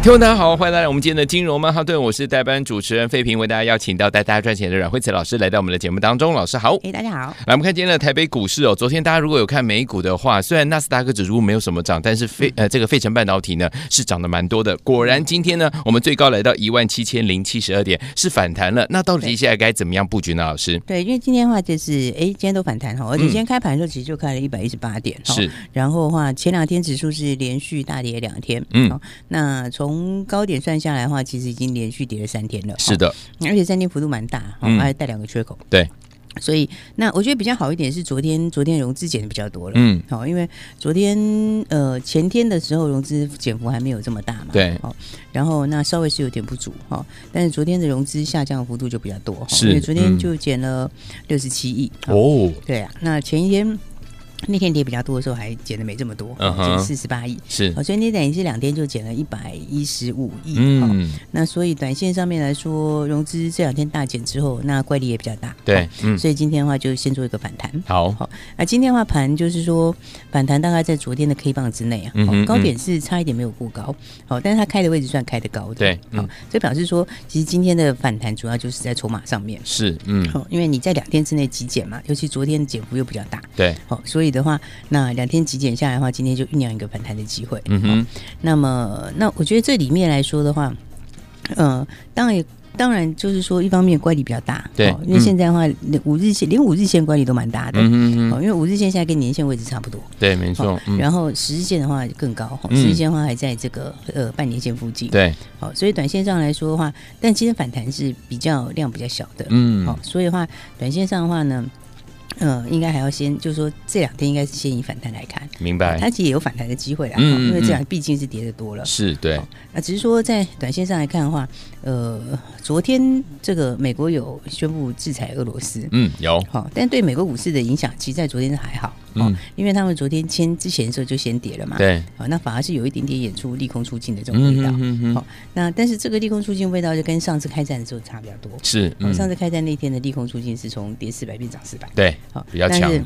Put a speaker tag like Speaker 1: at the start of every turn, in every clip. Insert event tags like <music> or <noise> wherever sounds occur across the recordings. Speaker 1: 听众大家好，欢迎来到我们今天的金融曼哈顿，我是代班主持人费平，为大家邀请到带大家赚钱的阮慧慈老师来到我们的节目当中，老师好。
Speaker 2: 哎、大家好，
Speaker 1: 来，我们看今天的台北股市哦。昨天大家如果有看美股的话，虽然纳斯达克指数没有什么涨，但是费呃这个费城半导体呢是涨得蛮多的。果然今天呢，我们最高来到一万七千零七十二点，是反弹了。那到底接下来该怎么样布局呢？老师
Speaker 2: 对，因为今天的话就是，哎、今天都反弹哈，而且今天开盘的时候其实就开了一百一十八点，齁
Speaker 1: 嗯是。
Speaker 2: 然后的话，前两天指数是连续大跌两天，
Speaker 1: 嗯
Speaker 2: 齁，那从高点算下来的话，其实已经连续跌了三天了，
Speaker 1: 是
Speaker 2: 齁，
Speaker 1: 的，
Speaker 2: 而且三天幅度蛮大，齁
Speaker 1: 嗯
Speaker 2: 还带两个缺口，
Speaker 1: 对，
Speaker 2: 所以那我觉得比较好一点是昨天，昨天融资减的比较多了，
Speaker 1: 嗯，
Speaker 2: 好，哦因为昨天呃前天的时候融资减幅还没有这么大嘛，
Speaker 1: 对
Speaker 2: 好，然后那稍微是有点不足哈，但是昨天的融资下降的幅度就比较多，哈
Speaker 1: 是
Speaker 2: 因为昨天
Speaker 1: 嗯
Speaker 2: 就减了六十七亿，哈
Speaker 1: 哦，
Speaker 2: 对啊，那前一天那天跌比较多的时候还减的没这么多，
Speaker 1: 嗯
Speaker 2: 哈
Speaker 1: 哼
Speaker 2: 减四十八亿，哦
Speaker 1: 是，
Speaker 2: 好，所以你等于是两天就减了一百一十五亿，哈
Speaker 1: 嗯，
Speaker 2: 那所以短线上面来说，融资这两天大减之后，那乖离也比较大，
Speaker 1: 对
Speaker 2: 哈，
Speaker 1: 嗯，
Speaker 2: 所以今天的话就先做一个反弹，
Speaker 1: 好，
Speaker 2: 那今天的话盘就是说反弹大概在昨天的 K 棒之内啊，
Speaker 1: 嗯哼
Speaker 2: 哦高点是差一点没有过高，好、但是它开的位置算开的高的，
Speaker 1: 对
Speaker 2: 好、
Speaker 1: 嗯
Speaker 2: 所以表示说其实今天的反弹主要就是在筹码上面。
Speaker 1: 是，嗯，
Speaker 2: 好，因为你在两天之内急减嘛，尤其昨天减幅又比较大，
Speaker 1: 对，
Speaker 2: 好，所以的话，那两天急减下来的话，今天就酝酿一个反弹的机会。
Speaker 1: 嗯哼，
Speaker 2: 那么，那我觉得这里面来说的话，呃，当然也当然就是说，一方面乖离比较大，
Speaker 1: 对
Speaker 2: 因为
Speaker 1: 嗯
Speaker 2: 现在的话，连五日线连五日线乖离都蛮大的，
Speaker 1: 嗯哼嗯哼，
Speaker 2: 哦，因为五日线现在跟年线位置差不多，
Speaker 1: 对，没错，嗯，
Speaker 2: 然后十日线的话更高，哦
Speaker 1: 嗯
Speaker 2: 十日线的话还在这个呃半年线附近，
Speaker 1: 对，
Speaker 2: 好、所以短线上来说的话，但今天反弹是比较量比较小的，
Speaker 1: 嗯，
Speaker 2: 好、所以的话，短线上的话呢，呃，应该还要先，就是说这两天应该是先以反弹来看，
Speaker 1: 明白，
Speaker 2: 它其实也有反弹的机会啦，
Speaker 1: 哎嗯
Speaker 2: 哦因为
Speaker 1: 嗯
Speaker 2: 这两毕竟是跌的多了，
Speaker 1: 是，对，
Speaker 2: 那只是说在短线上来看的话，呃，昨天这个美国有宣布制裁俄罗斯，
Speaker 1: 嗯，有，
Speaker 2: 好、但对美国股市的影响，其实在昨天还好，哦，
Speaker 1: 嗯
Speaker 2: 因为他们昨天签之前的时候就先跌了嘛，，
Speaker 1: 对，
Speaker 2: 好、那反而是有一点点演出利空出尽的这种
Speaker 1: 嗯
Speaker 2: 味道。
Speaker 1: 哼哼哼
Speaker 2: 好那但是这个利空出尽味道就跟上次开战的时候差比较多。
Speaker 1: 是，
Speaker 2: 好
Speaker 1: 嗯，
Speaker 2: 上次开战那天的利空出尽是从跌四百变涨四百，
Speaker 1: 对，
Speaker 2: 好、
Speaker 1: 比较强
Speaker 2: 但是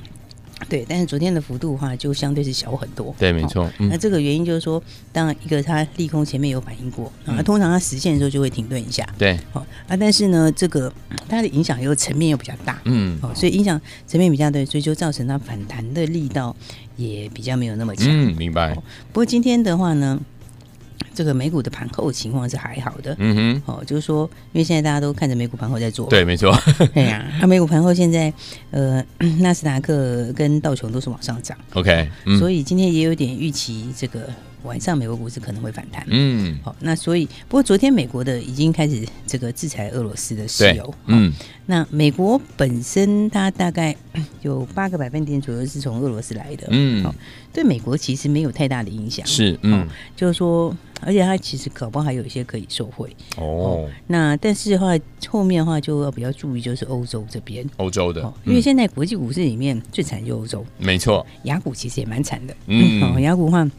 Speaker 2: 对，但是昨天的幅度的话，就相对是小很多。
Speaker 1: 对，没
Speaker 2: 好。
Speaker 1: 错，
Speaker 2: 那
Speaker 1: 嗯，
Speaker 2: 这个原因就是说，当然一个它利空前面有反应过，啊，
Speaker 1: 嗯
Speaker 2: 通常它实现的时候就会停顿一下，
Speaker 1: 对，
Speaker 2: 好、啊，但是呢，这个它的影响又层面又比较大，
Speaker 1: 嗯，
Speaker 2: 哦，所以影响层面比较对，所以就造成它反弹的力道也比较没有那么强。
Speaker 1: 嗯，明白，
Speaker 2: 不过今天的话呢，这个美股的盘后情况是还好的。
Speaker 1: 嗯哼，
Speaker 2: 哦，就是说，因为现在大家都看着美股盘后在 <laughs> 做，
Speaker 1: 对，没错，
Speaker 2: 对呀、啊，美股盘后现在，呃， <clears throat> 纳斯达克跟道琼都是往上涨，
Speaker 1: OK，嗯，
Speaker 2: 所
Speaker 1: 以，
Speaker 2: 以今天也有点预期，这个晚上美国股市可能会反弹。
Speaker 1: 嗯，
Speaker 2: 好、那所以，不过昨天美国的已经开始这个制裁俄罗斯的石
Speaker 1: 对
Speaker 2: 油，，哦，
Speaker 1: 嗯，
Speaker 2: 那美国本身它大概 <coughs> 有八个百分点左右是从俄罗斯来的，
Speaker 1: 嗯
Speaker 2: 好对美国其实没有太大的影响，
Speaker 1: 是，嗯，
Speaker 2: 就是说，而且它其实搞不好还有一些可以受惠。
Speaker 1: 哦，
Speaker 2: 那但是的话，后面的话就要比较注意，就是欧洲这边。
Speaker 1: 欧洲的
Speaker 2: 哦，，因为
Speaker 1: 嗯
Speaker 2: 现在国际股市里面最惨就欧洲，
Speaker 1: 没错，
Speaker 2: 雅股其实也蛮惨的。
Speaker 1: 嗯
Speaker 2: <laughs> 哦雅股的话，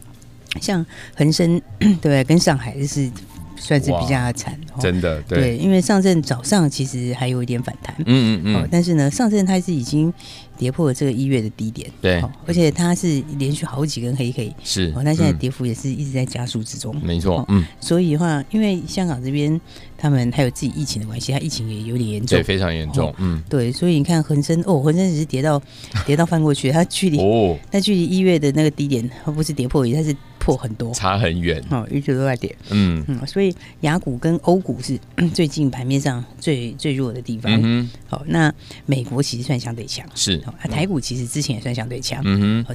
Speaker 2: 像恒生， <coughs> 对不对？跟上海是算是比较惨。哦
Speaker 1: 真的，对，
Speaker 2: 对，因为上证早上其实还有一点反弹，
Speaker 1: 嗯
Speaker 2: 哦
Speaker 1: 嗯，嗯，
Speaker 2: 但是呢，上证它是已经跌破了这个一月的低点，
Speaker 1: 对
Speaker 2: 哦，而且它是连续好几根黑 K，
Speaker 1: 是，
Speaker 2: 哦，那现在
Speaker 1: 嗯，
Speaker 2: 跌幅也是一直在加速之中，
Speaker 1: 没错
Speaker 2: 哦，
Speaker 1: 嗯，
Speaker 2: 所以的话，因为香港这边他们还有自己疫情的关系，它疫情也有点严重
Speaker 1: 对，，非常严重，嗯，
Speaker 2: 对，所以你看恒生哦，恒生只是
Speaker 1: <laughs>
Speaker 2: 跌到跌到翻过去，它距离、
Speaker 1: 哦，
Speaker 2: 它距离一月的那个低点，它不是跌破而已，它是破很多，
Speaker 1: 差很远，
Speaker 2: 哦，一直都在跌，
Speaker 1: 嗯，
Speaker 2: 嗯，所以雅股跟欧股是 <clears throat> 最近盘面上最最弱的地方，
Speaker 1: 嗯哼，
Speaker 2: 好、那美国其实算相对强，
Speaker 1: 是，
Speaker 2: 好、啊，台股其实之前也算相对强，哦好、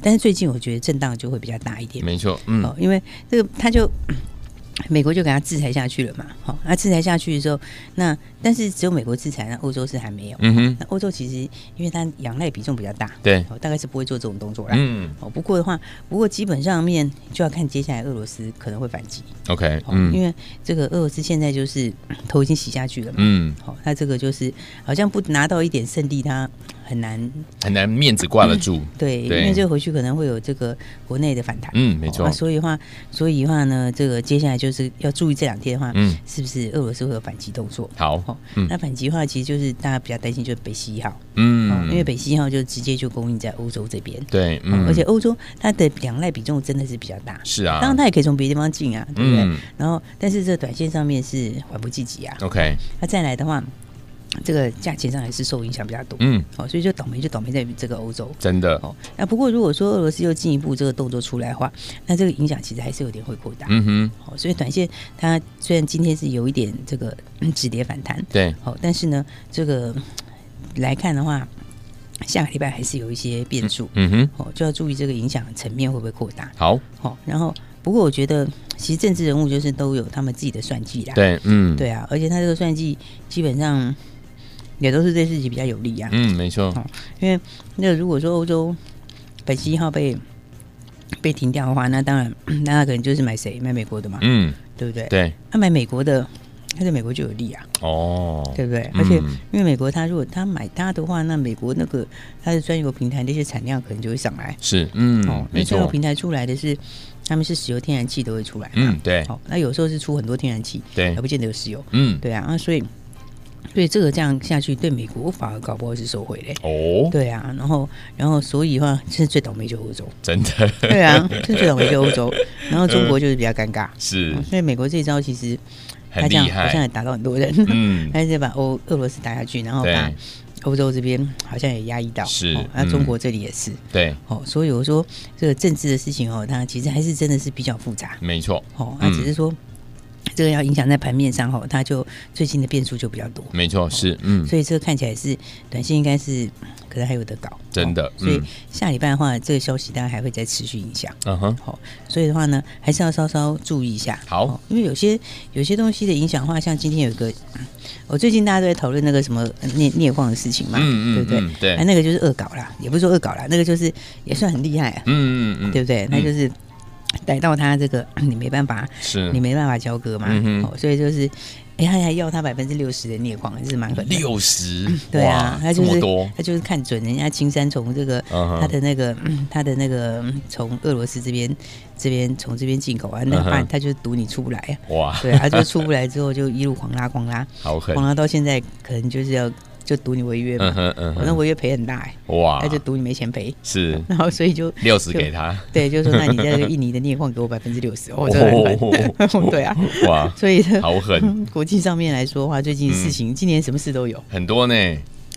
Speaker 1: 嗯
Speaker 2: 但是最近我觉得震荡就会比较大一
Speaker 1: 哼，
Speaker 2: 点，
Speaker 1: 没错，嗯，
Speaker 2: 哦，因为这个它就美国就给他制裁下去了嘛。好、那制裁下去的时候，那但是只有美国制裁，那欧洲是还没有。
Speaker 1: 嗯哼，
Speaker 2: 那欧洲其实因为它仰赖比重比较大，
Speaker 1: 对，
Speaker 2: 哦，大概是不会做这种动作啦。
Speaker 1: 嗯
Speaker 2: 哦，不过的话，不过基本上面就要看接下来俄罗斯可能会反击，
Speaker 1: ，OK，
Speaker 2: 哦因
Speaker 1: 嗯
Speaker 2: 为这个俄罗斯现在就是嗯头已经洗下去了嘛，
Speaker 1: 嗯，
Speaker 2: 好、那这个就是好像不拿到一点胜利，他很难
Speaker 1: 很难面子挂得住，
Speaker 2: 对，因
Speaker 1: 对
Speaker 2: 为这个回去可能会有这个国内的反弹，
Speaker 1: 嗯，没
Speaker 2: 哦
Speaker 1: 错
Speaker 2: 啊，所以的话，所以的话呢，这个接下来就是要注意这两天的话，
Speaker 1: 嗯，
Speaker 2: 是不是俄罗斯会有反击动作？
Speaker 1: 好，
Speaker 2: 哦，
Speaker 1: 嗯
Speaker 2: 那反击的话，其实就是大家比较担心就是北溪一号，哦
Speaker 1: 嗯，
Speaker 2: 因为北溪一号就直接就供应在欧洲这边，
Speaker 1: 对，
Speaker 2: 哦
Speaker 1: 嗯，
Speaker 2: 而且欧洲它的两赖比重真的是比较大，
Speaker 1: 是啊，
Speaker 2: 当然它也可以从别的地方进啊，对不对？
Speaker 1: 嗯
Speaker 2: 然后，但是这短线上面是缓不济急啊，
Speaker 1: ，OK，
Speaker 2: 那再来的话，这个价钱上还是受影响比较多，
Speaker 1: 嗯，
Speaker 2: 哦，所以就倒霉就倒霉在于这个欧洲。
Speaker 1: 真的，
Speaker 2: 哦，那不过如果说俄罗斯又进一步这个动作出来的话，那这个影响其实还是有点会扩大。
Speaker 1: 嗯哼，
Speaker 2: 哦，所以短线它虽然今天是有一点这个嗯止跌反弹，
Speaker 1: 对，
Speaker 2: 哦，但是呢，这个嗯来看的话，下个礼拜还是有一些变数，
Speaker 1: 嗯哼，
Speaker 2: 哦，就要注意这个影响层面会不会扩大。
Speaker 1: 好，
Speaker 2: 哦，然后不过我觉得其实政治人物就是都有他们自己的算计啦，
Speaker 1: 对，嗯，，
Speaker 2: 对啊，而且他这个算计基本上也都是对自己比较有利啊。
Speaker 1: 嗯，没错，
Speaker 2: 因为那如果说欧洲本溪一号被被停掉的话，那当然， <clears throat> 那他可能就是买谁买美国的嘛，
Speaker 1: 嗯，
Speaker 2: 对不对？
Speaker 1: 对，
Speaker 2: 他买美国的，他在美国就有利啊，
Speaker 1: 哦，
Speaker 2: 对不对？
Speaker 1: 嗯
Speaker 2: 而且因为美国他如果他买他的话，那美国那个他的专有平台那些产量可能就会上来。哦
Speaker 1: 是，嗯，
Speaker 2: 那
Speaker 1: 没
Speaker 2: 专有
Speaker 1: 错，
Speaker 2: 平台出来的是他们是石油天然气都会出来嘛，
Speaker 1: 嗯，对，
Speaker 2: 好、那有时候是出很多天然气，
Speaker 1: 对
Speaker 2: 还，不见得有石油，
Speaker 1: 嗯，
Speaker 2: 对啊，啊所以所以这个这样下去，对美国反而搞不好是受贿嘞。
Speaker 1: 哦，
Speaker 2: 对啊，然后然后所以的话，是最倒霉
Speaker 1: <laughs>
Speaker 2: 就欧洲。
Speaker 1: 真的
Speaker 2: 对啊，是最倒霉就
Speaker 1: <laughs>
Speaker 2: 欧洲。然后中国就是比较尴尬，
Speaker 1: 是
Speaker 2: 嗯所以美国这一招其实他
Speaker 1: 很
Speaker 2: 这样
Speaker 1: 厉
Speaker 2: 好像
Speaker 1: 害，
Speaker 2: 也打到很多人， <laughs>
Speaker 1: 嗯，
Speaker 2: 但是把欧俄罗斯打下去，然后把
Speaker 1: 对
Speaker 2: 欧洲这边好像也压抑到，
Speaker 1: 是
Speaker 2: 哦那、
Speaker 1: 嗯
Speaker 2: 中国这里也是。
Speaker 1: 对，
Speaker 2: 哦，所以我说这个政治的事情哦，它其实还是真的是比较复杂
Speaker 1: 没错，
Speaker 2: 哦，那、
Speaker 1: 嗯
Speaker 2: 只是说、这个要影响在盘面上哦，它就最近的变数就比较多。
Speaker 1: 没错，是，嗯，
Speaker 2: 所以这个看起来是短线应该是可能还有得搞，
Speaker 1: 真的
Speaker 2: 哦所以
Speaker 1: 嗯
Speaker 2: 下礼拜的话，这个消息大概还会再持续影响。
Speaker 1: 嗯哼，
Speaker 2: 好、所以的话呢，还是要稍稍注意一下。
Speaker 1: 好
Speaker 2: 哦因为有些有些东西的影响的话，像今天有一个，我、最近大家都在讨论那个什么呃镍镍矿的事情嘛，
Speaker 1: 嗯嗯
Speaker 2: 对不对？
Speaker 1: 嗯对
Speaker 2: 哎那个就是恶搞啦，也不是说恶搞啦，那个就是也算很厉害、啊，
Speaker 1: 嗯嗯嗯，
Speaker 2: 对不对？那就是逮到他这个， <coughs> 你没办法，
Speaker 1: 是
Speaker 2: 你没办法交割嘛，
Speaker 1: 嗯嗯哼
Speaker 2: 哦，所以就是，哎，他还要他百分之六十的镍矿，还是蛮狠的。
Speaker 1: 六十，
Speaker 2: 对啊
Speaker 1: 哇，
Speaker 2: 他
Speaker 1: 这
Speaker 2: 就是
Speaker 1: 么多，
Speaker 2: 他就是看准人家青山从这个、
Speaker 1: 嗯哼
Speaker 2: 他的那个嗯他的那个嗯从俄罗斯这边这边从这边进口啊，那
Speaker 1: 嗯哼
Speaker 2: 半、他就赌你出不来啊。
Speaker 1: 哇，
Speaker 2: 对啊，他就出不来之后就一路狂拉狂 <laughs> 拉，
Speaker 1: 好狠
Speaker 2: 狂，拉到现在可能就是要就赌你违约嘛
Speaker 1: 嗯，哼嗯
Speaker 2: 我那
Speaker 1: 哼，
Speaker 2: 违约赔很大、欸，
Speaker 1: 哇
Speaker 2: 他，就赌你没钱赔，
Speaker 1: 是
Speaker 2: 然后所以就
Speaker 1: 六十给他，
Speaker 2: 对，就说那你在这个印尼的镍矿给我百分之六十，哦，这很烦，
Speaker 1: 哦
Speaker 2: <laughs> 对啊，
Speaker 1: 哇，
Speaker 2: 所以呢，
Speaker 1: 好
Speaker 2: <laughs>
Speaker 1: 狠，
Speaker 2: 国际上面来说的话，最近事情、今年什么事都有，
Speaker 1: 很多呢，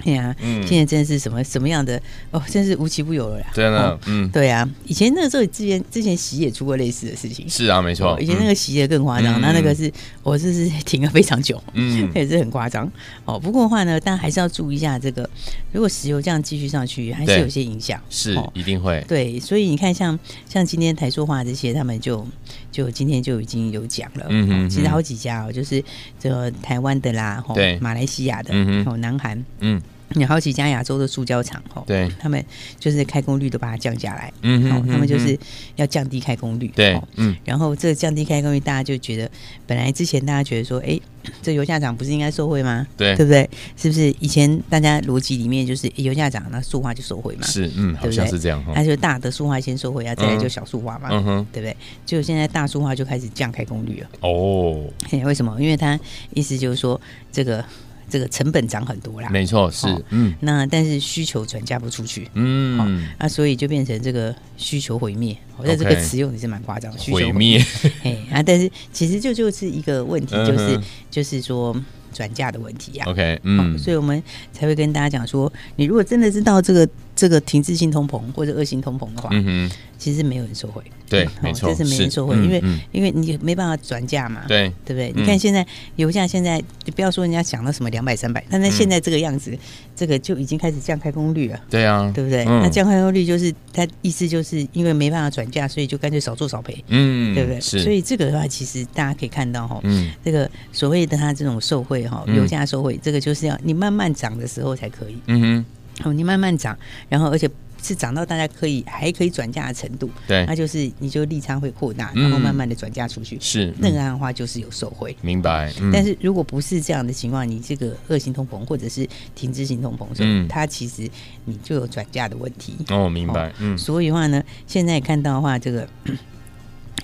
Speaker 2: 哎呀、
Speaker 1: 嗯
Speaker 2: 现在真的是什么什么样的哦，真是无奇不有了啦。
Speaker 1: 真
Speaker 2: 哦
Speaker 1: 的，嗯，
Speaker 2: 对啊，以前那个时候之前之前洗也出过类似的事情，
Speaker 1: 是啊，没错
Speaker 2: 哦，以前那个洗也更夸张，
Speaker 1: 嗯
Speaker 2: 那、那个是我这是 <laughs> 停了非常久，
Speaker 1: 嗯，嗯，
Speaker 2: <laughs> 也是很夸张哦。不过的话呢，但还是要注意一下这个，如果石油这样继续上去，还是
Speaker 1: 对
Speaker 2: 有些影响。
Speaker 1: 是
Speaker 2: 哦
Speaker 1: 一定会，
Speaker 2: 对，所以你看像，像今天台塑化这些，他们就就今天就已经有讲了。
Speaker 1: 嗯哼
Speaker 2: 哦其实
Speaker 1: 嗯
Speaker 2: 好几家哦，就是这个台湾的啦，吼
Speaker 1: 对
Speaker 2: 马来西亚的，
Speaker 1: 嗯哼
Speaker 2: 哦，南韩，
Speaker 1: 嗯，
Speaker 2: 有好几家亚洲的塑胶厂，吼，
Speaker 1: 对
Speaker 2: 他们就是开工率都把它降下来，
Speaker 1: 嗯哼
Speaker 2: 哦
Speaker 1: 嗯哼
Speaker 2: 他们就是要降低开工率，
Speaker 1: 对
Speaker 2: 哦，
Speaker 1: 嗯，
Speaker 2: 然后这个降低开工率，大家就觉得，本来之前大家觉得说，哎， <clears throat> 这油价涨不是应该受贿吗？
Speaker 1: 对
Speaker 2: 对，不对？是不是以前大家逻辑里面就是诶哎油价涨，那塑化就受贿嘛？
Speaker 1: 是，嗯，好
Speaker 2: 对不
Speaker 1: 像
Speaker 2: 对哎
Speaker 1: 是这样哈，
Speaker 2: 那就大的塑化先收回啊，再来就
Speaker 1: 嗯
Speaker 2: 小塑化嘛，
Speaker 1: 嗯哼，
Speaker 2: 对不对？就现在大塑化就开始降开工率了， <laughs>
Speaker 1: 哦，
Speaker 2: 嘿为什么？因为它意思就是说这个这个成本涨很多啦，
Speaker 1: 没错，是
Speaker 2: 哦，
Speaker 1: 嗯
Speaker 2: 那但是需求转嫁不出去。
Speaker 1: 嗯，
Speaker 2: 啊，所以就变成这个需求毁灭，我在这个
Speaker 1: OK
Speaker 2: 词用也是蛮夸张的，需求
Speaker 1: 毁灭，
Speaker 2: 哎啊，但是其实就就是一个问题，就是、
Speaker 1: 嗯哼
Speaker 2: 就是说，转嫁的问题呀、
Speaker 1: OK，
Speaker 2: 嗯、
Speaker 1: 嗯，
Speaker 2: 所以我们才会跟大家讲说，你如果真的知道这个这个停滞性通膨或者恶性通膨的话，
Speaker 1: 嗯哼，
Speaker 2: 其实没有人受惠。
Speaker 1: 对
Speaker 2: 嗯，
Speaker 1: 没
Speaker 2: 哦
Speaker 1: 错，
Speaker 2: 这是没人受惠，
Speaker 1: 嗯
Speaker 2: 因为、
Speaker 1: 嗯
Speaker 2: 因为你没办法转嫁嘛，
Speaker 1: 对，
Speaker 2: 对不对？
Speaker 1: 嗯
Speaker 2: 你看现在油价现在，你不要说人家想到什么两百三百，
Speaker 1: 嗯
Speaker 2: 但是现在这个样子，这个就已经开始降开工率了。
Speaker 1: 对啊，
Speaker 2: 对不对？
Speaker 1: 嗯
Speaker 2: 那降开工率就是它意思就是因为没办法转嫁，所以就干脆少做少赔，
Speaker 1: 嗯，
Speaker 2: 对不对？
Speaker 1: 是，
Speaker 2: 所以这个的话，其实大家可以看到哈、
Speaker 1: 嗯，
Speaker 2: 这个所谓的它这种受贿哈、
Speaker 1: 嗯
Speaker 2: 油价受贿，这个就是要你慢慢涨的时候才可以。
Speaker 1: 嗯哼，
Speaker 2: 哦，你慢慢涨，然后而且是涨到大家可以还可以转嫁的程度，
Speaker 1: 对
Speaker 2: 那，就是你就利差会扩大，
Speaker 1: 哎嗯
Speaker 2: 然后慢慢的转嫁出去。
Speaker 1: 是，
Speaker 2: 那
Speaker 1: 嗯
Speaker 2: 个样的话就是有受贿。
Speaker 1: 明白，嗯
Speaker 2: 但是如果不是这样的情况，你这个恶性通膨或者是停滞性通膨的时候，
Speaker 1: 嗯
Speaker 2: 它其实你就有转嫁的问题。
Speaker 1: 哦，明白，嗯，
Speaker 2: 所以的话呢，现在看到的话，这个 <clears throat>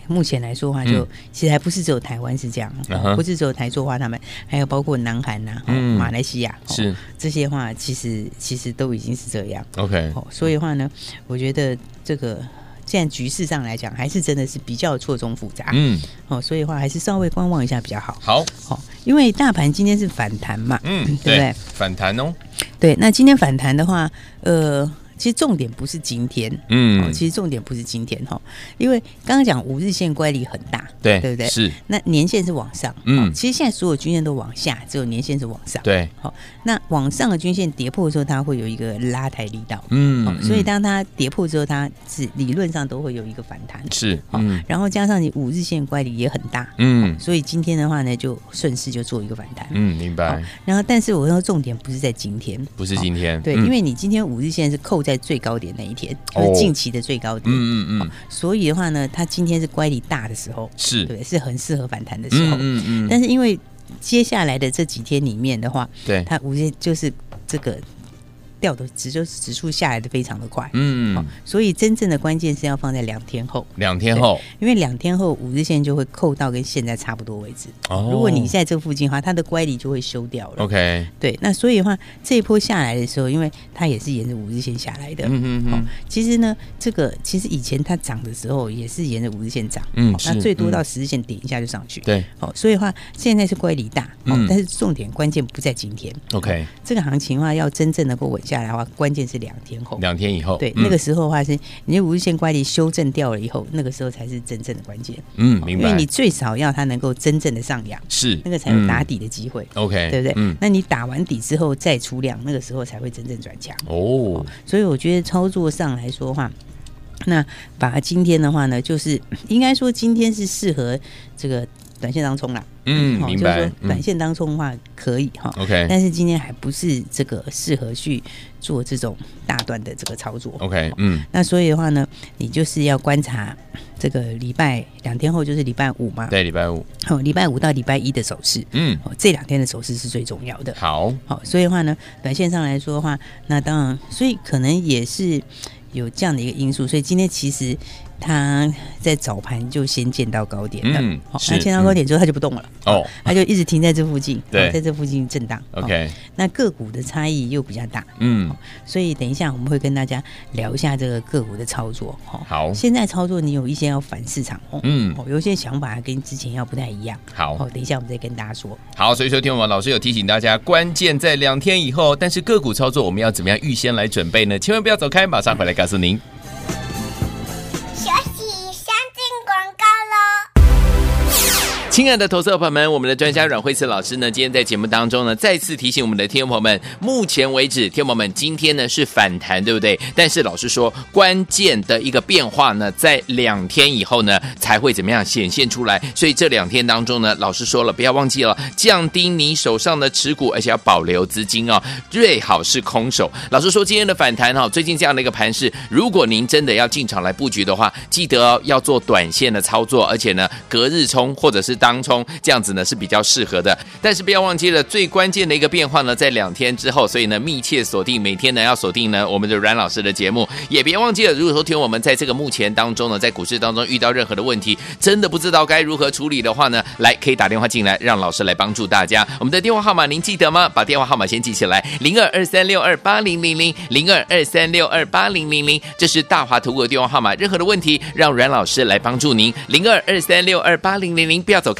Speaker 2: 目前来说的话就，
Speaker 1: 嗯
Speaker 2: 其实还不是只有台湾是这样，啊哦
Speaker 1: 嗯哼
Speaker 2: 不是只有台塑化他们，还有包括南韩呐、哦
Speaker 1: 嗯
Speaker 2: 马来西亚、哦
Speaker 1: 是
Speaker 2: 这些话，其实其实都已经是这样。
Speaker 1: ，OK，
Speaker 2: 哦，所以的话呢，我觉得这个。现在局势上来讲，还是真的是比较错综复杂、
Speaker 1: 嗯，
Speaker 2: 哦，所以的话还是稍微观望一下比较好
Speaker 1: 好，
Speaker 2: 哦，因为大盘今天是反弹嘛，
Speaker 1: 嗯，
Speaker 2: 对不对？
Speaker 1: 反弹哦，
Speaker 2: 对，那今天反弹的话，呃，其实重点不是今天，哦，
Speaker 1: 嗯，
Speaker 2: 其实重点不是今天哈，哦因为刚刚讲五日线乖离很大，
Speaker 1: 对，
Speaker 2: 对不对
Speaker 1: 是，
Speaker 2: 那年线是往上，
Speaker 1: 嗯
Speaker 2: 哦其实现在所有均线都往下，只有年线是往上，，
Speaker 1: 对，
Speaker 2: 好、那往上的均线跌破的时候，它会有一个拉抬力道，哦
Speaker 1: 嗯，
Speaker 2: 所以
Speaker 1: 嗯
Speaker 2: 当它跌破之后，它是理论上都会有一个反弹，
Speaker 1: 是，
Speaker 2: 好、
Speaker 1: 嗯
Speaker 2: 然后加上你五日线乖离也很大，
Speaker 1: 嗯
Speaker 2: 所以今天的话呢，就顺势就做一个反弹，
Speaker 1: 嗯，明白，
Speaker 2: 然后但是我说重点不是在今天，
Speaker 1: 不是
Speaker 2: 哦
Speaker 1: 今天，
Speaker 2: 对，
Speaker 1: 嗯
Speaker 2: 因为你今天五日线是扣在最高点那一天，就
Speaker 1: 哦
Speaker 2: 是近期的最高点，
Speaker 1: 嗯嗯嗯，
Speaker 2: 所以的话呢，它今天是乖离大的时候，
Speaker 1: 是，
Speaker 2: 对，是很适合反弹的时
Speaker 1: 嗯
Speaker 2: 候。
Speaker 1: 嗯嗯，
Speaker 2: 但是因为接下来的这几天里面的话，
Speaker 1: 对，
Speaker 2: 它无限就是这个掉的指就是指数下来的非常的快。哦
Speaker 1: 嗯，
Speaker 2: 所以真正的关键是要放在两天后，
Speaker 1: 两天后，
Speaker 2: 因为两天后五日线就会扣到跟现在差不多位置。
Speaker 1: 哦
Speaker 2: 如果你在这附近的话，它的乖离就会修掉了。
Speaker 1: OK，
Speaker 2: 对，那所以的话，这一波下来的时候，因为它也是沿着五日线下来的，
Speaker 1: 嗯嗯
Speaker 2: 哦
Speaker 1: 嗯，
Speaker 2: 其实呢，这个其实以前它涨的时候也是沿着五日线涨，
Speaker 1: 嗯
Speaker 2: 哦
Speaker 1: 是
Speaker 2: 那最多到
Speaker 1: 嗯
Speaker 2: 十日线点一下就上去，
Speaker 1: 对
Speaker 2: 哦，所以的话现在是乖离大，哦
Speaker 1: 嗯，
Speaker 2: 但是重点关键不在今天，
Speaker 1: ，OK，
Speaker 2: 这个行情的话要真正能够稳下来的话，关键是两天后，
Speaker 1: 两天以后，
Speaker 2: 对，
Speaker 1: 嗯
Speaker 2: 那个时候的话是你的五日线乖离修正掉了以后，那个时候才是真正的关键，
Speaker 1: 嗯，明
Speaker 2: 因为
Speaker 1: 白
Speaker 2: 你，最少要它能够真正的上扬，
Speaker 1: 是
Speaker 2: 那个才有打
Speaker 1: 嗯
Speaker 2: 底的机会，
Speaker 1: ，OK，
Speaker 2: 对不对？
Speaker 1: 嗯，
Speaker 2: 那你打完底之后再出量，那个时候才会真正转强。
Speaker 1: 哦，
Speaker 2: 所以我觉得操作上来说的话，那把今天的话呢，就是应该说今天是适合这个短线当冲啦。
Speaker 1: 嗯，
Speaker 2: 哦
Speaker 1: 明
Speaker 2: 就
Speaker 1: 白
Speaker 2: 是，说短线当冲的话可以哈。
Speaker 1: ，OK，
Speaker 2: 但是今天还不是这个适合去做这种大段的这个操作。
Speaker 1: OK，嗯，
Speaker 2: 那所以的话呢，你就是要观察这个礼拜两天后就是礼拜五嘛，
Speaker 1: 对，礼拜五，
Speaker 2: 哦，礼拜五到礼拜一的走势，
Speaker 1: 嗯，
Speaker 2: 哦，这两天的走势是最重要的。
Speaker 1: 好，
Speaker 2: 好、所以的话呢，短线上来说的话，那当然，所以可能也是有这样的一个因素，所以今天其实它在早盘就先见到高点了，
Speaker 1: 嗯
Speaker 2: 好、
Speaker 1: 是
Speaker 2: 那见到高点之后它就不动
Speaker 1: <laughs>
Speaker 2: 了，
Speaker 1: 哦
Speaker 2: 它就一直停在这附近，
Speaker 1: 对
Speaker 2: 好在这附近震荡。哦
Speaker 1: ，OK，
Speaker 2: 那个股的差异又比较大，
Speaker 1: 嗯，
Speaker 2: 所以等一下我们会跟大家聊一下这个个股的操作，哈、
Speaker 1: 好，
Speaker 2: 现在操作你有一些要反市场哦，
Speaker 1: 嗯，
Speaker 2: 哦，有一些想法跟之前要不太一样，
Speaker 1: 好，
Speaker 2: 哦，等一下我们再跟大家说。
Speaker 1: 好，所以说听我们老师有提醒大家，关键在两天以后，但是个股操作我们要怎么样预先来准备呢？千万不要走开，马上回来告诉您。
Speaker 3: 学习先进广告喽。
Speaker 1: 亲爱的投资者朋友们，我们的专家阮慧慈老师呢，今天在节目当中呢，再次提醒我们的听众朋友们，目前为止，听众朋友们今天呢是反弹，对不对？但是老师说，关键的一个变化呢，在两天以后呢，才会怎么样显现出来。所以这两天当中呢，老师说了，不要忘记了降低你手上的持股，而且要保留资金哦，最好是空手。老师说，今天的反弹哈、哦，最近这样的一个盘势，如果您真的要进场来布局的话，记得哦、要做短线的操作，而且呢，隔日冲或者是当冲这样子呢是比较适合的。但是不要忘记了，最关键的一个变化呢，在两天之后，所以呢，密切锁定每天呢要锁定呢我们的阮老师的节目，也别忘记了，如果说听我们在这个目前当中呢，在股市当中遇到任何的问题，真的不知道该如何处理的话呢，来可以打电话进来，让老师来帮助大家。我们的电话号码您记得吗？把电话号码先记起来，零二二三六二八零零零零二二三六二八零零零，这是大华图股的电话号码。任何的问题，让阮老师来帮助您，零二二三六二八零零零，不要走开。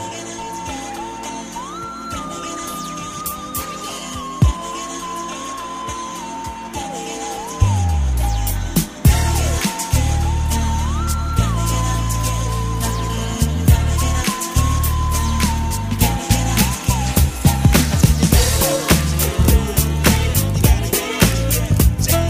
Speaker 4: Oh yeah.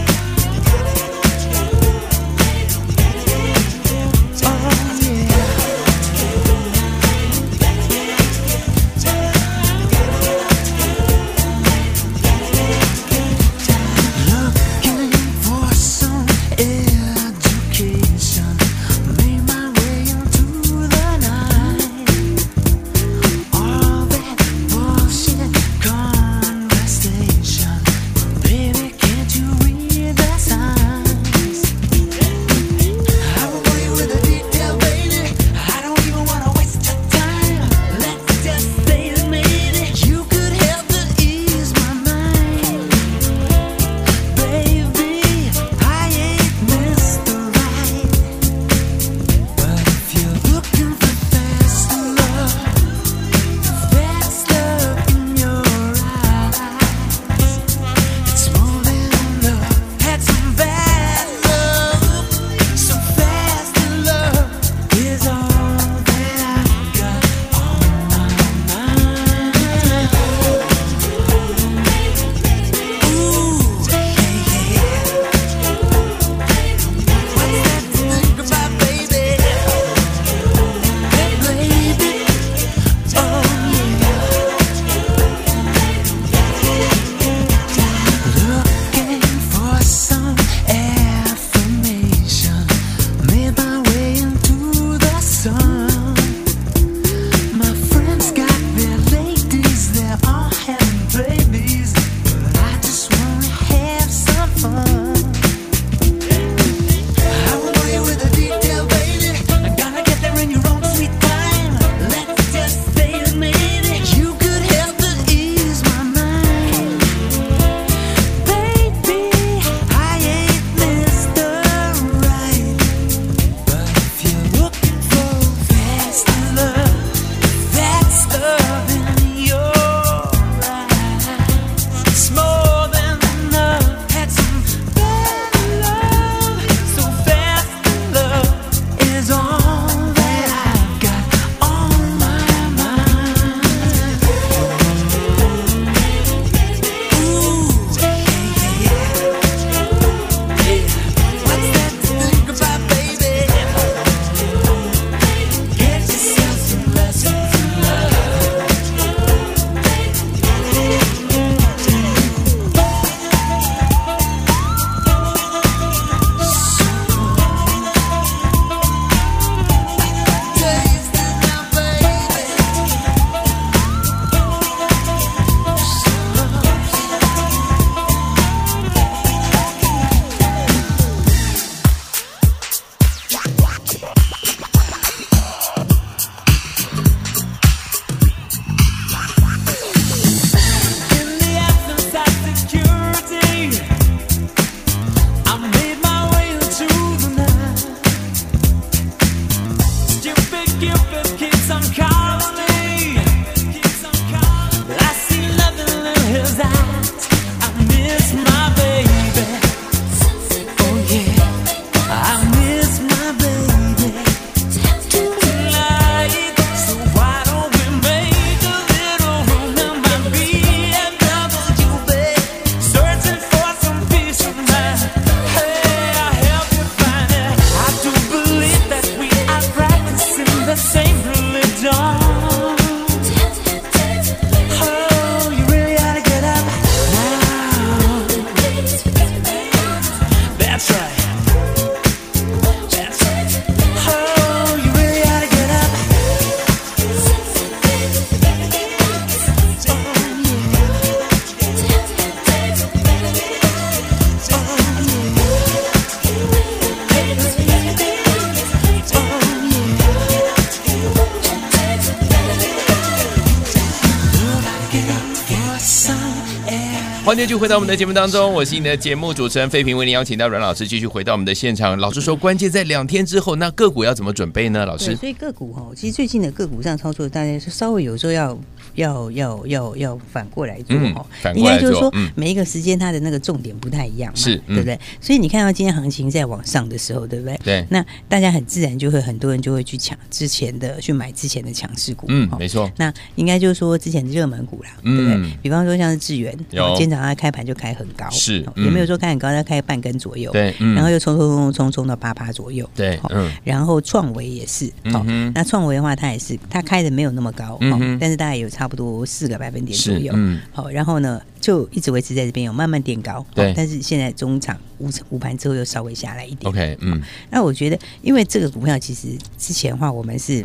Speaker 1: 欢迎继续回到我们的节目当中，我是你的节目主持人费平，为您邀请到阮老师继续回到我们的现场。老师说，关键在两天之后，那个股要怎么准备呢？老
Speaker 2: 对，
Speaker 1: 师，
Speaker 2: 所以个股哈，其实最近的个股上操作，大家是稍微有时候要要要要要反过来做
Speaker 1: 嗯
Speaker 2: 哦。
Speaker 1: 反
Speaker 2: 应
Speaker 1: 过来
Speaker 2: 该就是
Speaker 1: 做
Speaker 2: 说
Speaker 1: 嗯，
Speaker 2: 每一个时间它的那个重点不太一样嘛，
Speaker 1: 是嗯
Speaker 2: 对不对？所以你看到今天行情在往上的时候，对不对？
Speaker 1: 对，
Speaker 2: 那大家很自然就会很多人就会去抢之前的去买之前的强势股，
Speaker 1: 嗯
Speaker 2: 哦，
Speaker 1: 没错，
Speaker 2: 那应该就是说之前的热门股啦，
Speaker 1: 嗯
Speaker 2: 对不对？比方说像是智源，
Speaker 1: 有
Speaker 2: 哦今天早上它开盘就开很高，
Speaker 1: 是
Speaker 2: 哦
Speaker 1: 嗯
Speaker 2: 也没有说开很高，它开半根左右，
Speaker 1: 对嗯
Speaker 2: 然后又冲冲冲冲冲到八八左右，
Speaker 1: 对
Speaker 2: 哦
Speaker 1: 嗯
Speaker 2: 然后创维也是，哦
Speaker 1: 嗯哼
Speaker 2: 那创维的话，它也是它开的没有那么高，哦
Speaker 1: 嗯哼
Speaker 2: 但是大概有差不多四个百分点左
Speaker 1: 是
Speaker 2: 右，
Speaker 1: 嗯
Speaker 2: 好，然后呢就一直维持在这边，有慢慢垫高，
Speaker 1: 对
Speaker 2: 哦但是现在中场午午盘之后又稍微下来一点
Speaker 1: ，OK，嗯，
Speaker 2: 那我觉得，因为这个股票其实之前的话，我们是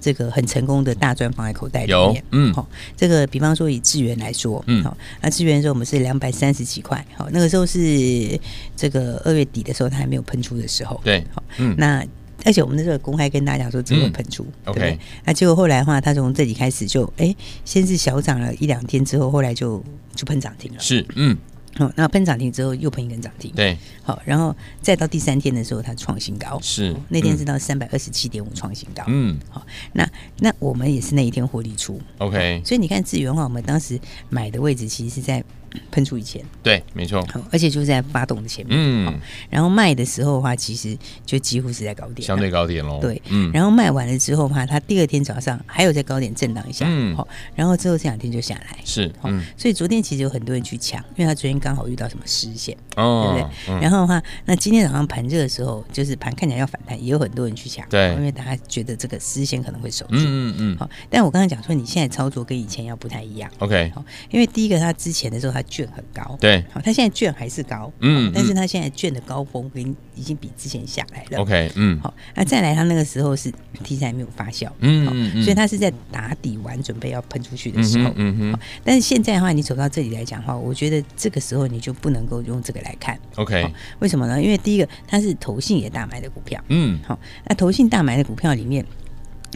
Speaker 2: 这个很成功的大赚放在口袋里
Speaker 1: 有
Speaker 2: 面，
Speaker 1: 嗯
Speaker 2: 好、这个比方说以智源来说，
Speaker 1: 嗯
Speaker 2: 好、那智源的时候我们是两百三十几块，好、那个时候是这个二月底的时候，它还没有喷出的时候，
Speaker 1: 对
Speaker 2: 好、
Speaker 1: 嗯
Speaker 2: 那。而且我们那时候公开跟大家讲说只会
Speaker 1: 嗯
Speaker 2: 喷出，对
Speaker 1: OK
Speaker 2: 不对？那结果后来的话，它从这里开始就哎，先是小涨了一两天之后，后来就就喷涨停了。
Speaker 1: 是，嗯，
Speaker 2: 哦，那喷涨停之后又喷一根涨停，
Speaker 1: 对，
Speaker 2: 好，然后再到第三天的时候，它创新高，
Speaker 1: 是
Speaker 2: 那天是到三百二十七点五创新高。
Speaker 1: 嗯
Speaker 2: 好，那那我们也是那一天获利出，
Speaker 1: ，OK，
Speaker 2: 所以你看智源的话，我们当时买的位置其实是在喷出以前，
Speaker 1: 对，没错，
Speaker 2: 好，而且就是在发动的前面，
Speaker 1: 嗯，
Speaker 2: 然后卖的时候的话，其实就几乎是在高点了，
Speaker 1: 相对高点喽，
Speaker 2: 对，
Speaker 1: 嗯，
Speaker 2: 然后卖完了之后的话，它第二天早上还有在高点震荡一下，
Speaker 1: 嗯
Speaker 2: 好，然后之后这两天就下来，
Speaker 1: 是，
Speaker 2: 好
Speaker 1: 嗯，，
Speaker 2: 所以昨天其实有很多人去抢，因为他昨天刚好遇到什么失线，对不
Speaker 1: 哦
Speaker 2: 对？，
Speaker 1: 嗯
Speaker 2: 然后的话，那今天早上盘热的时候，就是盘看起来要反弹，也有很多人去抢，
Speaker 1: 对
Speaker 2: 因为大家觉得这个丝线可能会守住。
Speaker 1: 嗯嗯嗯
Speaker 2: 好，但我刚刚讲说，你现在操作跟以前要不太一样，
Speaker 1: ，OK，
Speaker 2: 好，因为第一个它之前的时候它券很高，，
Speaker 1: 对
Speaker 2: 好，它现在券还是高，
Speaker 1: 嗯
Speaker 2: 好但是
Speaker 1: 嗯
Speaker 2: 它现在券的高峰跟已经比之前下来了
Speaker 1: ，OK，嗯，
Speaker 2: 好，那再来它那个时候是题材没有发酵，
Speaker 1: 嗯
Speaker 2: 好
Speaker 1: 嗯嗯
Speaker 2: 所以它是在打底完准备要喷出去的
Speaker 1: 嗯
Speaker 2: 时候
Speaker 1: 哼，，嗯哼
Speaker 2: 但是现在的话，你走到这里来讲的话，我觉得这个时候你就不能够用这个来看。
Speaker 1: ，OK，
Speaker 2: 为什么呢？因为第一个它是投信也大买的股票，
Speaker 1: 嗯，
Speaker 2: 好、那投信大买的股票里面。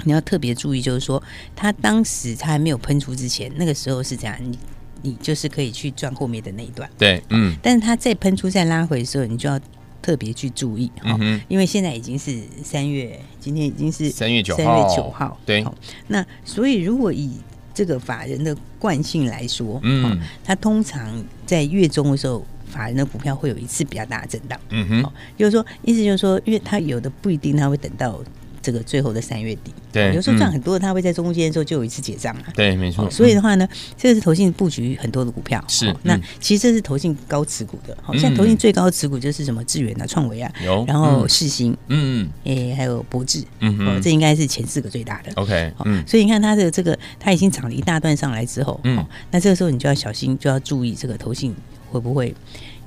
Speaker 2: 你要特别注意，就是说，它当时它还没有喷出之前，那个时候是这样，你你就是可以去赚后面的那一段，
Speaker 1: 对，嗯，
Speaker 2: 但是它再喷出再拉回的时候，你就要特别去注意哈、
Speaker 1: 嗯哼
Speaker 2: 因为现在已经是三月，今天已经是
Speaker 1: 3月9号
Speaker 2: 三月九号，
Speaker 1: 对
Speaker 2: 好那所以如果以这个法人的惯性来说，
Speaker 1: 嗯
Speaker 2: 好它通常在月中的时候，法人的股票会有一次比较大的震荡。
Speaker 1: 嗯哼
Speaker 2: 好，就是说，意思就是说，因为它有的不一定它会等到这个最后的三月底，
Speaker 1: 对
Speaker 2: 有时候赚
Speaker 1: 嗯
Speaker 2: 很多，它会在中间的时候就有一次结账嘛。
Speaker 1: 对，没
Speaker 2: 哦
Speaker 1: 错，
Speaker 2: 所以的话呢，这个是投信布局很多的股票，
Speaker 1: 是
Speaker 2: 哦那
Speaker 1: 嗯
Speaker 2: 其实这是投信高持股的，好、现在投信最高持股就是什么智源啊、创维啊
Speaker 1: 有，
Speaker 2: 然后
Speaker 1: 嗯
Speaker 2: 世新，
Speaker 1: 嗯
Speaker 2: 诶、还有博智，
Speaker 1: 嗯哼
Speaker 2: 哦，这应该是前四个最大的。
Speaker 1: ，OK，
Speaker 2: 好
Speaker 1: 嗯，
Speaker 2: 所以你看它的这个，它已经涨了一大段上来之后，
Speaker 1: 嗯
Speaker 2: 哦，那这个时候你就要小心，就要注意这个投信会不会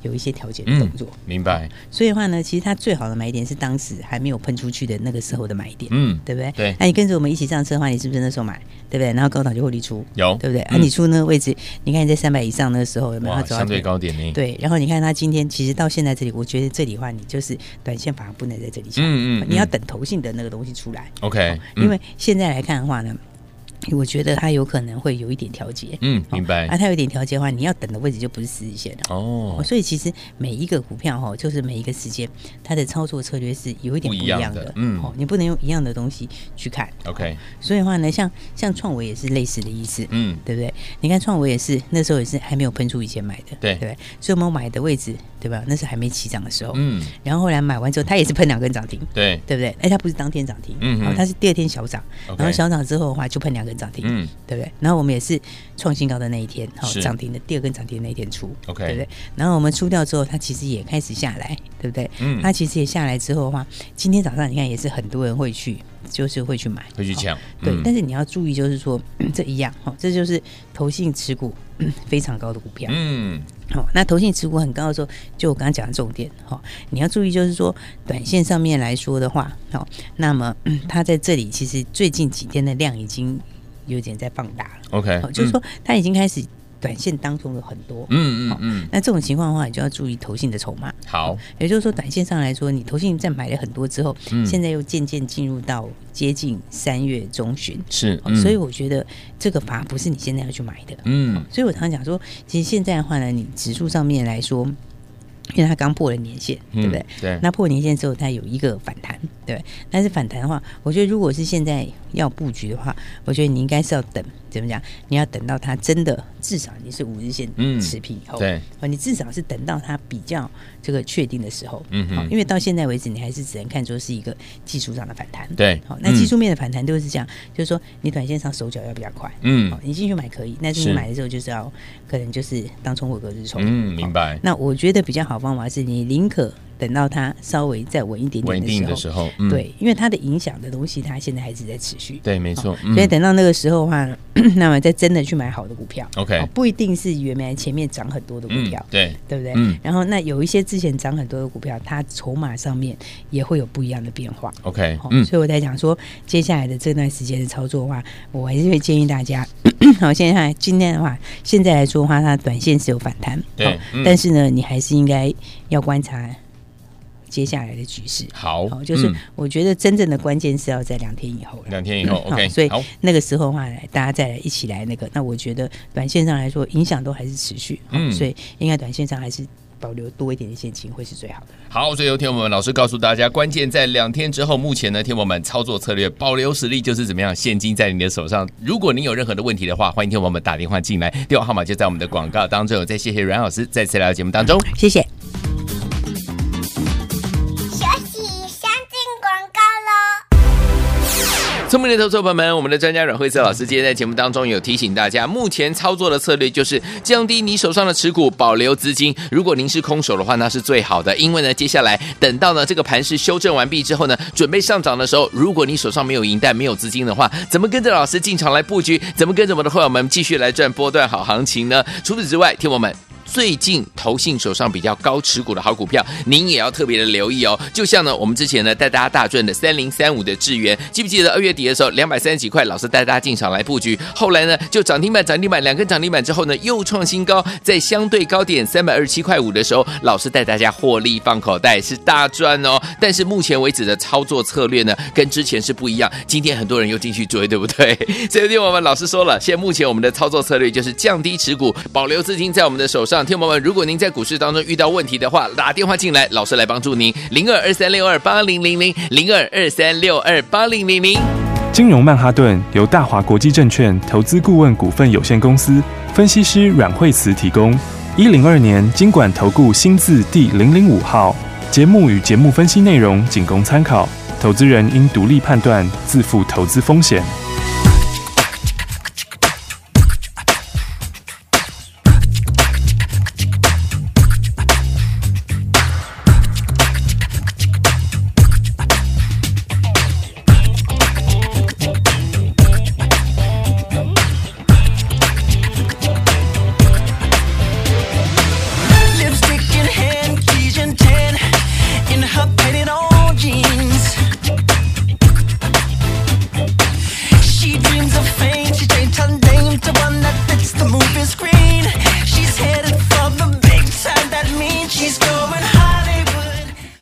Speaker 2: 有一些调节的动作。
Speaker 1: 嗯明白，
Speaker 2: 所以的话呢，其实它最好的买点是当时还没有喷出去的那个时候的买点，
Speaker 1: 嗯，
Speaker 2: 对不对？
Speaker 1: 对
Speaker 2: 那你跟着我们一起上车的话，你是不是那时候买，对不对？然后高档就获利出，
Speaker 1: 有
Speaker 2: 对不对？啊，
Speaker 1: 嗯
Speaker 2: 你出那个位置，你看你在三百以上那个时候有没有？它
Speaker 1: 哇，
Speaker 2: 走到
Speaker 1: 相
Speaker 2: 这
Speaker 1: 对
Speaker 2: 里。
Speaker 1: 高点呢，，
Speaker 2: 对，然后你看它今天其实到现在这里，我觉得这里的话，你就是短线反而不能在这里下，
Speaker 1: 嗯嗯嗯哎嗯
Speaker 2: 你要等投信的那个东西出来，
Speaker 1: ，OK，
Speaker 2: 因为现在来看的话呢，我觉得它有可能会有一点调节，
Speaker 1: 嗯，
Speaker 2: 哦
Speaker 1: 明白
Speaker 2: 啊，，它有一点调节的话，你要等的位置就不是十日线了。
Speaker 1: 哦
Speaker 2: 哦，，所以其实每一个股票哈、哦，就是每一个时间，它的操作策略是有一点
Speaker 1: 不
Speaker 2: 不
Speaker 1: 一
Speaker 2: 一
Speaker 1: 样
Speaker 2: 样
Speaker 1: 的
Speaker 2: 的。
Speaker 1: 嗯
Speaker 2: 哦，你不能用一样的东西去看。
Speaker 1: OK
Speaker 2: 所以的话呢，像像创维也是类似的意思，
Speaker 1: 嗯
Speaker 2: 对不对？你看创维也是那时候也是还没有喷出以前买的，
Speaker 1: 对
Speaker 2: 对不对，所以我们买的位置，对吧？那是还没起涨的时候，
Speaker 1: 嗯，
Speaker 2: 然后后来买完之后，它也是喷两根涨停。
Speaker 1: 对，
Speaker 2: 对不对？哎，它不是当天涨停，
Speaker 1: 嗯哼
Speaker 2: 哦，它是第二天小涨，
Speaker 1: OK
Speaker 2: 然后小涨之后的话就喷两根涨停，
Speaker 1: 嗯
Speaker 2: 对不对？然后我们也是创新高的那一天，好、
Speaker 1: 是
Speaker 2: 涨停的第二根涨停的那一天出
Speaker 1: OK
Speaker 2: 对不对？然后我们出掉之后，它其实也开始下来，对不对？
Speaker 1: 嗯
Speaker 2: 它其实也下来之后的话，今天早上你看也是很多人会去，就是会去买，
Speaker 1: 会去
Speaker 2: 哦
Speaker 1: 抢
Speaker 2: 对，
Speaker 1: 嗯
Speaker 2: 但是你要注意，就是说这一样，哦，这就是投信持股嗯非常高的股票，
Speaker 1: 嗯，
Speaker 2: 好、哦那投信持股很高的时候，就我刚刚讲的重点，好、你要注意就是说，短线上面来说的话，好、那么、嗯它在这里其实最近几天的量已经有点在放大了，哦
Speaker 1: OK，嗯
Speaker 2: 好、就是说它已经开始短线当中有很多。
Speaker 1: 哎嗯嗯嗯，
Speaker 2: 那这种情况的话，你就要注意投信的筹码。
Speaker 1: 好，
Speaker 2: 也就是说，短线上来说，你投信在买了很多之后，
Speaker 1: 嗯
Speaker 2: 现在又渐渐进入到接近三月中旬，
Speaker 1: 是，
Speaker 2: 哦所以我觉得这个法不是你现在要去买的。
Speaker 1: 嗯
Speaker 2: 所以我常常讲说，其实现在的话呢，你指数上面来说，因为它刚破了年限，
Speaker 1: 嗯
Speaker 2: 对不对？
Speaker 1: 对，
Speaker 2: 那破年线之后，它有一个反弹，对不对。但是反弹的话，我觉得如果是现在要布局的话，我觉得你应该是要等，怎么讲？你要等到它真的至少你是五日线
Speaker 1: 嗯
Speaker 2: 持平以后，
Speaker 1: 对
Speaker 2: 哦，你至少是等到它比较这个确定的时候，哦
Speaker 1: 嗯哼
Speaker 2: 好因为到现在为止，你还是只能看作是一个技术上的反弹，
Speaker 1: 对
Speaker 2: 好、那技术面的反弹都是这样，就是说你短线上手脚要比较快，
Speaker 1: 嗯
Speaker 2: 好、哦你进去买可以，但是
Speaker 1: 是
Speaker 2: 你买的时候就是要可能就是当冲或隔日冲，
Speaker 1: 嗯，
Speaker 2: 好
Speaker 1: 明白，
Speaker 2: 那我觉得比较好方法是你宁可等到它稍微再稳一点
Speaker 1: 稳定
Speaker 2: 点
Speaker 1: 的
Speaker 2: 的时
Speaker 1: 时
Speaker 2: 候，
Speaker 1: 候，嗯，
Speaker 2: 对，因为它的影响的东西，它现在还是在持续。哦
Speaker 1: 对，没错，
Speaker 2: 所以
Speaker 1: 嗯
Speaker 2: 等到那个时候的话， <clears throat> 那么再真的去买好的股票
Speaker 1: OK
Speaker 2: 哦不一定是原来前面涨很多的股
Speaker 1: 嗯
Speaker 2: 票，，
Speaker 1: 对，
Speaker 2: 对不对？
Speaker 1: 嗯
Speaker 2: 然后那有一些之前涨很多的股票，它筹码上面也会有不一样的变化。
Speaker 1: OK，
Speaker 2: 好、
Speaker 1: 嗯，
Speaker 2: 哦所以我在讲说，接下来的这段时间的操作的话，我还是会建议大家， <clears throat> 好，现在今天的话，现在来说的话，它短线是有反弹，
Speaker 1: 对
Speaker 2: 好
Speaker 1: 嗯
Speaker 2: 哦但是呢，你还是应该要观察接下来的局势。
Speaker 1: 好
Speaker 2: 好，，哦就是
Speaker 1: 嗯
Speaker 2: 我觉得真正的关键是要在两天以后了。
Speaker 1: 两天以后
Speaker 2: 好
Speaker 1: ，OK，
Speaker 2: 嗯哦所以
Speaker 1: 好，
Speaker 2: 那个时候的话，大家再来一起来那个，那我觉得短线上来说，影响都还是持续，好
Speaker 1: 嗯
Speaker 2: 所以应该短线上还是保留多一点的现金会是最好的。
Speaker 1: 好，所以有天我们老师告诉大家，关键在两天之后。目前呢，天我们操作策略保留实力就是怎么样，现金在你的手上。如果您有任何的问题的话，欢迎天我们打电话进来，电话号码就在我们的广告当中。有再谢谢阮老师再次来到节目当中。
Speaker 2: 谢谢。
Speaker 3: 学习先进广告喽。
Speaker 1: 聪明的投资者朋友们，我们的专家阮慧慈老师今天在节目当中有提醒大家，目前操作的策略就是降低你手上的持股，保留资金。如果您是空手的话，那是最好的，因为呢，接下来等到呢这个盘势修正完毕之后呢，准备上涨的时候，如果你手上没有银弹、没有资金的话，怎么跟着老师进场来布局？怎么跟着我们的会员们继续来赚波段好行情呢？除此之外，听我们。最近投信手上比较高持股的好股票，您也要特别的留意哦。就像呢，我们之前呢带大家大赚的三零三五的智源，记不记得二月底的时候两百三十几块，老师带大家进场来布局，后来呢就涨停板、涨停板两根涨停板之后呢又创新高，在相对高点三百二十七块五的时候，老师带大家获利放口袋，是大赚哦。但是目前为止的操作策略呢，跟之前是不一样。今天很多人又进去追，对不对？ <laughs> 所以听我们老师说了，现在目前我们的操作策略就是降低持股，保留资金在我们的手上。听友们，如果您在股市当中遇到问题的话，打电话进来，老师来帮助您。零二二三六二八零零零，零二二三六二八零零零。
Speaker 5: 金融曼哈顿由大华国际证券投资顾问股份有限公司分析师阮惠慈提供。一零二年经管投顾新字第零零五号。节目与节目分析内容仅供参考，投资人应独立判断，自负投资风险。